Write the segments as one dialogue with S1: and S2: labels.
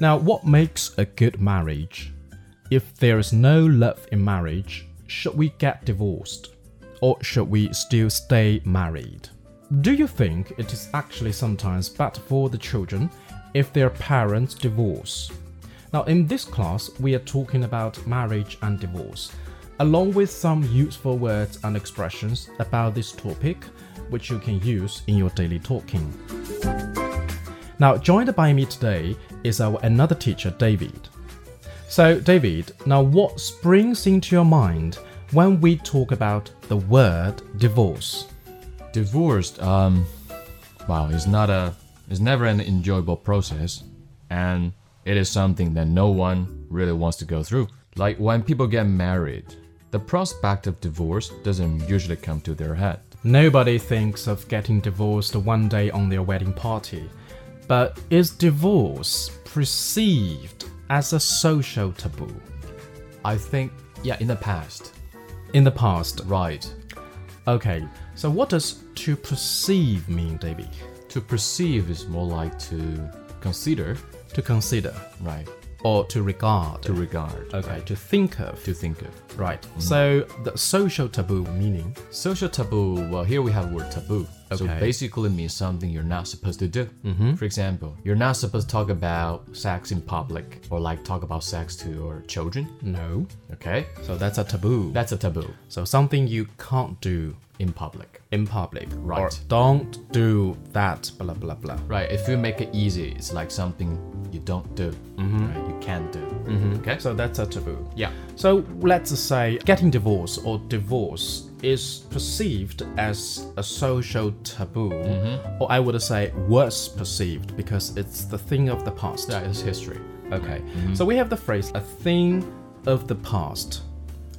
S1: Now, what makes a good marriage? If there is no love in marriage, should we get divorced? Or should we still stay married? Do you think it is actually sometimes better for the children if their parents divorce? Now, in this class, we are talking about marriage and divorce, along with some useful words and expressions about this topic, which you can use in your daily talking. Now, joined by me today is our another teacher, David. So, David, now what springs into your mind when we talk about the word divorce?
S2: divorced um wow it's not a it's never an enjoyable process and it is something that no one really wants to go through like when people get married the prospect of divorce doesn't usually come to their head
S1: Nobody thinks of getting divorced one day on their wedding party, but is divorce perceived as a social taboo?
S2: i think yeah in the past
S1: In the past,
S2: right
S1: okay, so what does to perceive mean, David?
S2: to perceive is more like to consider
S1: To consider
S2: right
S1: or to regard?
S2: to regard
S1: okay, to think of.
S2: to think of
S1: Right. So the social taboo meaning.
S2: Social taboo. Well, here we have word taboo. So
S1: Okay.
S2: basically means something you're not supposed to do. For example, you're not supposed to talk about sex in public or like talk about sex to your children.
S1: No.
S2: Okay,
S1: So that's a taboo.
S2: that's a taboo
S1: so something you can't do
S2: in public.
S1: in public. Or
S2: Right.
S1: don't do that. Blah blah blah.
S2: Right. If you make it easy, it's like something you don't do. Right? You can't do. Okay.
S1: So that's a taboo.
S2: yeah.
S1: So let's say getting divorced or divorce is perceived as a social taboo, or I would say was perceived because it's the thing of the past.
S2: That is history.
S1: Okay. Mm-hmm. So we have the phrase a thing of the past.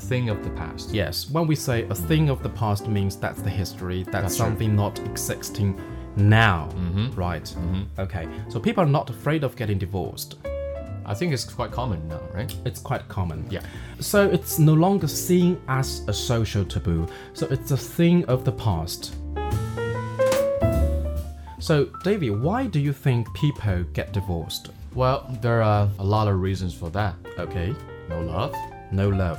S2: A thing of the past.
S1: Yes, when we say a thing of the past means that's the history, that's,
S2: That's Mm-hmm. right.
S1: something not existing now, right? Okay, so people are not afraid of getting divorced.
S2: I think it's quite common now, right?
S1: It's quite common.
S2: Yeah.
S1: So it's no longer seen as a social taboo, so it's a thing of the past. So, Davy, why do you think people get divorced?
S2: Well, there are a lot of reasons for that.
S1: Okay,
S2: No love.
S1: no love.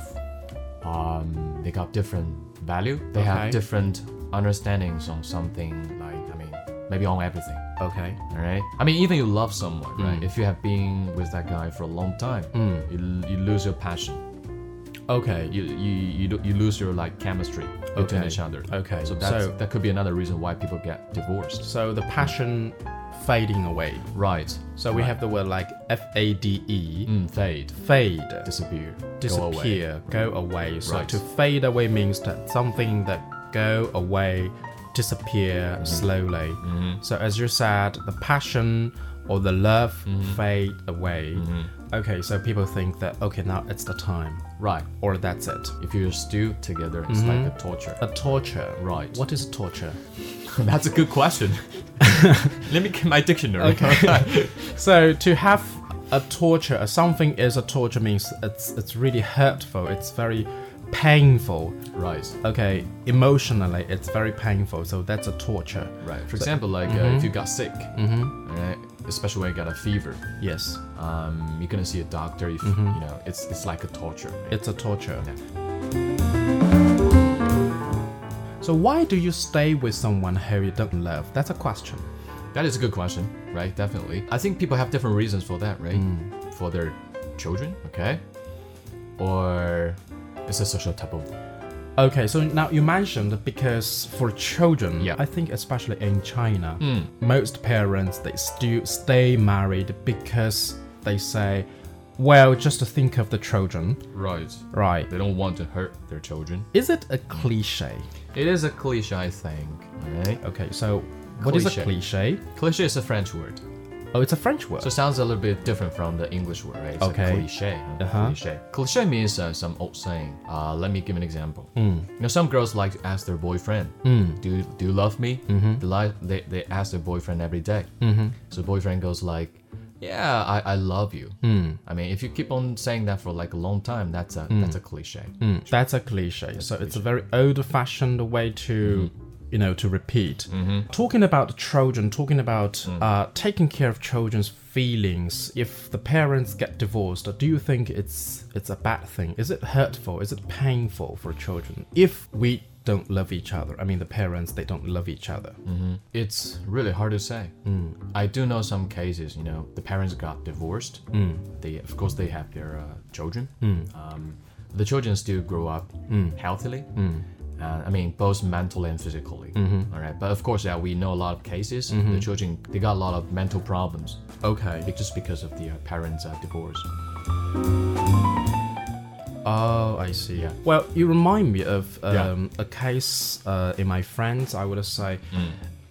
S2: um, they got different value. They
S1: Okay.
S2: have different understandings on something. Like I mean, maybe on everything.
S1: Okay,
S2: All right. I mean, even you love someone, right? If you have been with that guy for a long time, you, you lose your passion.
S1: okay,
S2: Mm. You you, you, do- you lose your like chemistry between
S1: Okay.
S2: each other.
S1: okay.
S2: So that's,
S1: so,
S2: that could be another reason why people get divorced.
S1: so the passion fading away.
S2: Right.
S1: So we have the word like F A D E,
S2: Mm, fade,
S1: fade,
S2: disappear, Go away. Mm-hmm.
S1: disappear, go away. So
S2: Right.
S1: to fade away means that something that go away, disappear
S2: Mm-hmm.
S1: slowly. So as you said, the passion or the love
S2: Mm-hmm.
S1: fade away. Okay, so people think that okay now it's the time
S2: Right.
S1: or that's it.
S2: If you're still together, it's like a torture.
S1: A torture.
S2: Right.
S1: What is torture?
S2: That's a good question. Let me get my dictionary.
S1: So to have a torture, uh, something is a torture means it's it's really hurtful. It's very painful.
S2: right.
S1: okay emotionally it's very painful so that's a torture
S2: Right. For example, like uh, if you got sick, alright, especially when you got a fever,
S1: yes
S2: um, you're gonna see a doctor. If you know, it's it's like a torture.
S1: it's a torture so why do you stay with someone who you don't love that's a question
S2: That is a good question, right? Definitely. I think people have different reasons for that, right? For their children, okay, or it's a social taboo.
S1: okay so now you mentioned because for children
S2: Yeah.
S1: i think especially in china most parents they still stay married because they say well just to think of the children
S2: Right.
S1: right
S2: They don't want to hurt their children.
S1: is it a cliche
S2: It is a cliche, I think. Right.
S1: okay so what is a cliche
S2: Cliche is a French word.
S1: oh it's a french word
S2: So it sounds a little bit different from the English word, right? It's
S1: Okay.
S2: A cliche. huh?
S1: Uh-huh.
S2: Cliche. Cliche means uh, some old saying. Uh, let me give an example.
S1: Hmm.
S2: You know, some girls like to ask their boyfriend, "Do you, do you love me?"
S1: Mm-hmm.
S2: They, like, they they ask their boyfriend every day. So boyfriend goes like, "Yeah, I, I love you."
S1: Hmm.
S2: I mean, if you keep on saying that for like a long time, that's
S1: Hmm.
S2: a Mm. Mm-hmm. that's a cliche.
S1: That's a cliche. so it's a very old fashioned way to you know, to repeat. Talking about children, talking about
S2: Mm.
S1: uh, taking care of children's feelings. If the parents get divorced, do you think it's it's a bad thing? Is it hurtful? Is it painful for children? If we don't love each other, I mean, the parents they don't love each other.
S2: Mm-hmm. It's really hard to say. I do know some cases, you know, the parents got divorced. They, of course, they have their uh, children. Um, the children still grow up healthily. Uh, I mean, both mentally and physically.
S1: Mm.
S2: All right, but of course, yeah, we know a lot of cases.
S1: Mm-hmm.
S2: The children they got a lot of mental problems
S1: Okay.
S2: just because of the uh, parents' uh, divorce.
S1: Oh, I see.
S2: Yeah.
S1: Well, you remind me of
S2: Yeah.
S1: um, a case uh, in my friends. I would say.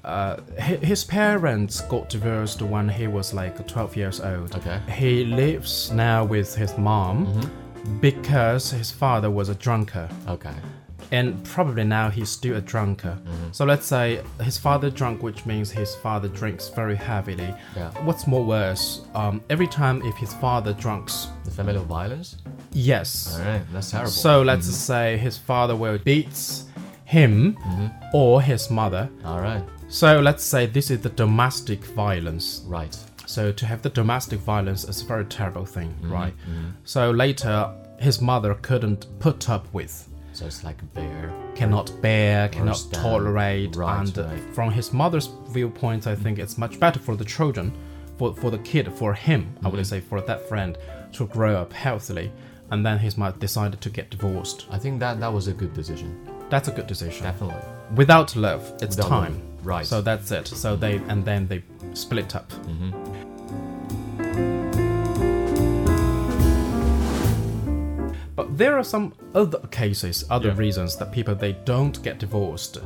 S1: Uh, hi- his parents got divorced when he was like 12 years old.
S2: Okay.
S1: He lives now with his mom because his father was a drunkard.
S2: Okay.
S1: And probably now he's still a drunker. So let's say his father drunk, which means his father drinks very heavily.
S2: Yeah.
S1: What's more worse, um, every time if his father drunks,
S2: The family violence.
S1: yes.
S2: All right, that's terrible.
S1: So let's say his father will beats him or his mother.
S2: All right,
S1: So let's say this is the domestic violence.
S2: right.
S1: So to have the domestic violence is a very terrible thing,
S2: Mm-hmm.
S1: right? So later his mother couldn't put up with,
S2: So it's like a bear.
S1: cannot bear, cannot
S2: Understand.
S1: tolerate,
S2: Right,
S1: and uh,
S2: right.
S1: from his mother's viewpoint, I think it's much better for the children, for for the kid, for him, I
S2: Mm-hmm.
S1: would say, for that friend to grow up healthily, and then his mother decided to get divorced.
S2: I think that that was a good decision.
S1: That's a good decision.
S2: Definitely.
S1: Without love, it's
S2: Without
S1: time.
S2: love, right.
S1: So that's it. So they and then they split up. But there are some other cases, other reasons that people they don't get divorced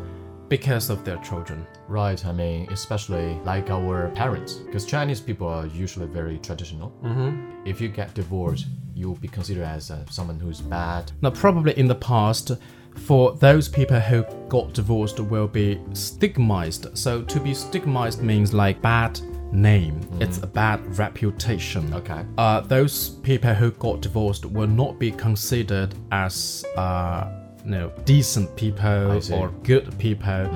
S1: because of their children.
S2: Right, I mean, especially like our parents, because Chinese people are usually very traditional. Mm-hmm. If you get divorced, you'll be considered as uh, someone who's bad.
S1: Now, probably in the past, for those people who got divorced will be stigmatized. So to be stigmatized means like bad name. It's a bad reputation.
S2: Okay.
S1: uh, those people who got divorced will not be considered as uh, you know decent people
S2: see. Mm-hmm.
S1: or good people.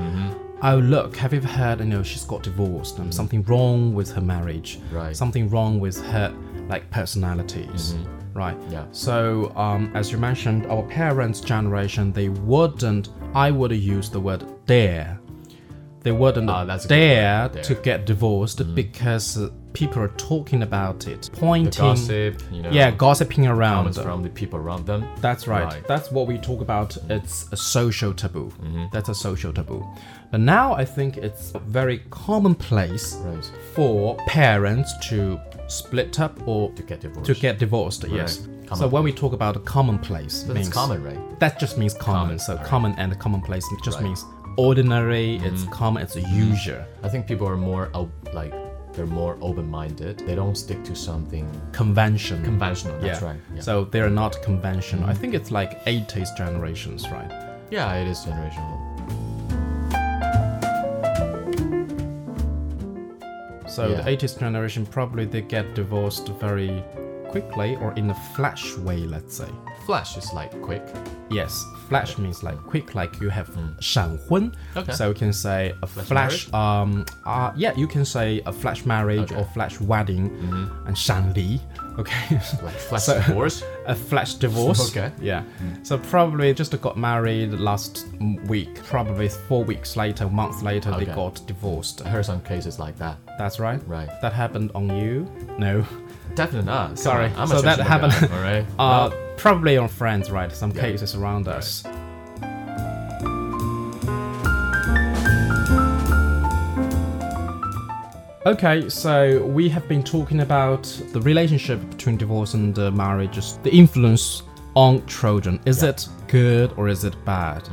S1: Oh look, have you ever heard? You know, she's got divorced. Um, Something wrong with her marriage.
S2: Right.
S1: Something wrong with her like personalities. Right.
S2: Mm-hmm. Yeah.
S1: So um, as you mentioned, our parents' generation they wouldn't. I would use the word dare. They wouldn't
S2: Ah, that's a good
S1: dare
S2: word, dare.
S1: to get divorced because uh, people are talking about it,
S2: Mm-hmm. The
S1: pointing,
S2: gossip, you know,
S1: yeah, gossiping around.
S2: comments from the people around them.
S1: That's right.
S2: Right. Mm-hmm.
S1: That's what we talk about. It's a social taboo. That's a social taboo. But now I think it's very commonplace
S2: Right.
S1: for parents to split up or
S2: To get divorced.
S1: to get divorced. Yes. So when we talk about commonplace,
S2: But
S1: means
S2: it's common, right?
S1: that just means common.
S2: Common,
S1: so
S2: all right.
S1: common and commonplace just means ordinary. It's
S2: Mm-hmm.
S1: common. It's usual.
S2: I think people are more out, like they're more open-minded. They don't stick to something
S1: Convention.
S2: conventional. That's right. Yeah.
S1: So they're not conventional. I think it's like 80s generations, right?
S2: yeah, it is generational.
S1: So
S2: Yeah.
S1: the 80s generation probably they get divorced very quickly or in a flash way, let's say.
S2: Flash is like quick.
S1: Yes, flash means like quick, like you have 闪婚.
S2: Mm. Okay.
S1: So you can say a flash,
S2: marriage?
S1: um, uh, yeah, you can say a flash marriage or flash wedding,
S2: Mm-hmm.
S1: and 闪离. Okay,
S2: Like flash divorce.
S1: a flash divorce.
S2: Okay. Hmm.
S1: Yeah. So probably just got married last week. Probably four weeks later, a month later, they
S2: Okay.
S1: got divorced.
S2: I heard some cases like that.
S1: That's right.
S2: Right.
S1: That happened on you? No.
S2: Definitely not. Come
S1: Sorry.
S2: on, I'm a
S1: So that
S2: sensible
S1: happened-
S2: guy, all right.
S1: Uh, probably on friends, right? Some
S2: Yeah.
S1: cases around us. Okay, so we have been talking about the relationship between divorce and uh, marriages, the influence on children. Is it good or is it bad?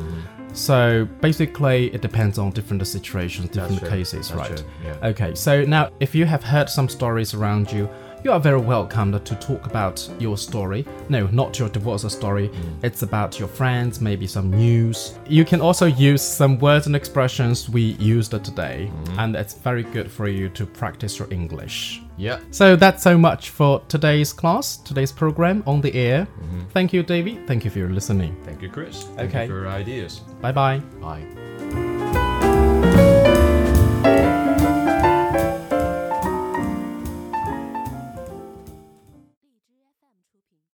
S1: So basically, it depends on different situations, different
S2: true.
S1: cases,
S2: That's
S1: right?
S2: true, yeah.
S1: Okay, so now if you have heard some stories around you, you are very welcome to talk about your story. No, not your divorce story.
S2: Mm.
S1: It's about your friends, maybe some news. You can also use some words and expressions we used today,
S2: Mm.
S1: and it's very good for you to practice your English.
S2: yeah.
S1: So that's so much for today's class, today's program on the air.
S2: Mm-hmm.
S1: Thank you, Davey. Thank you for your listening.
S2: Thank you, Chris.
S1: Okay.
S2: your ideas.
S1: Bye bye.
S2: Bye.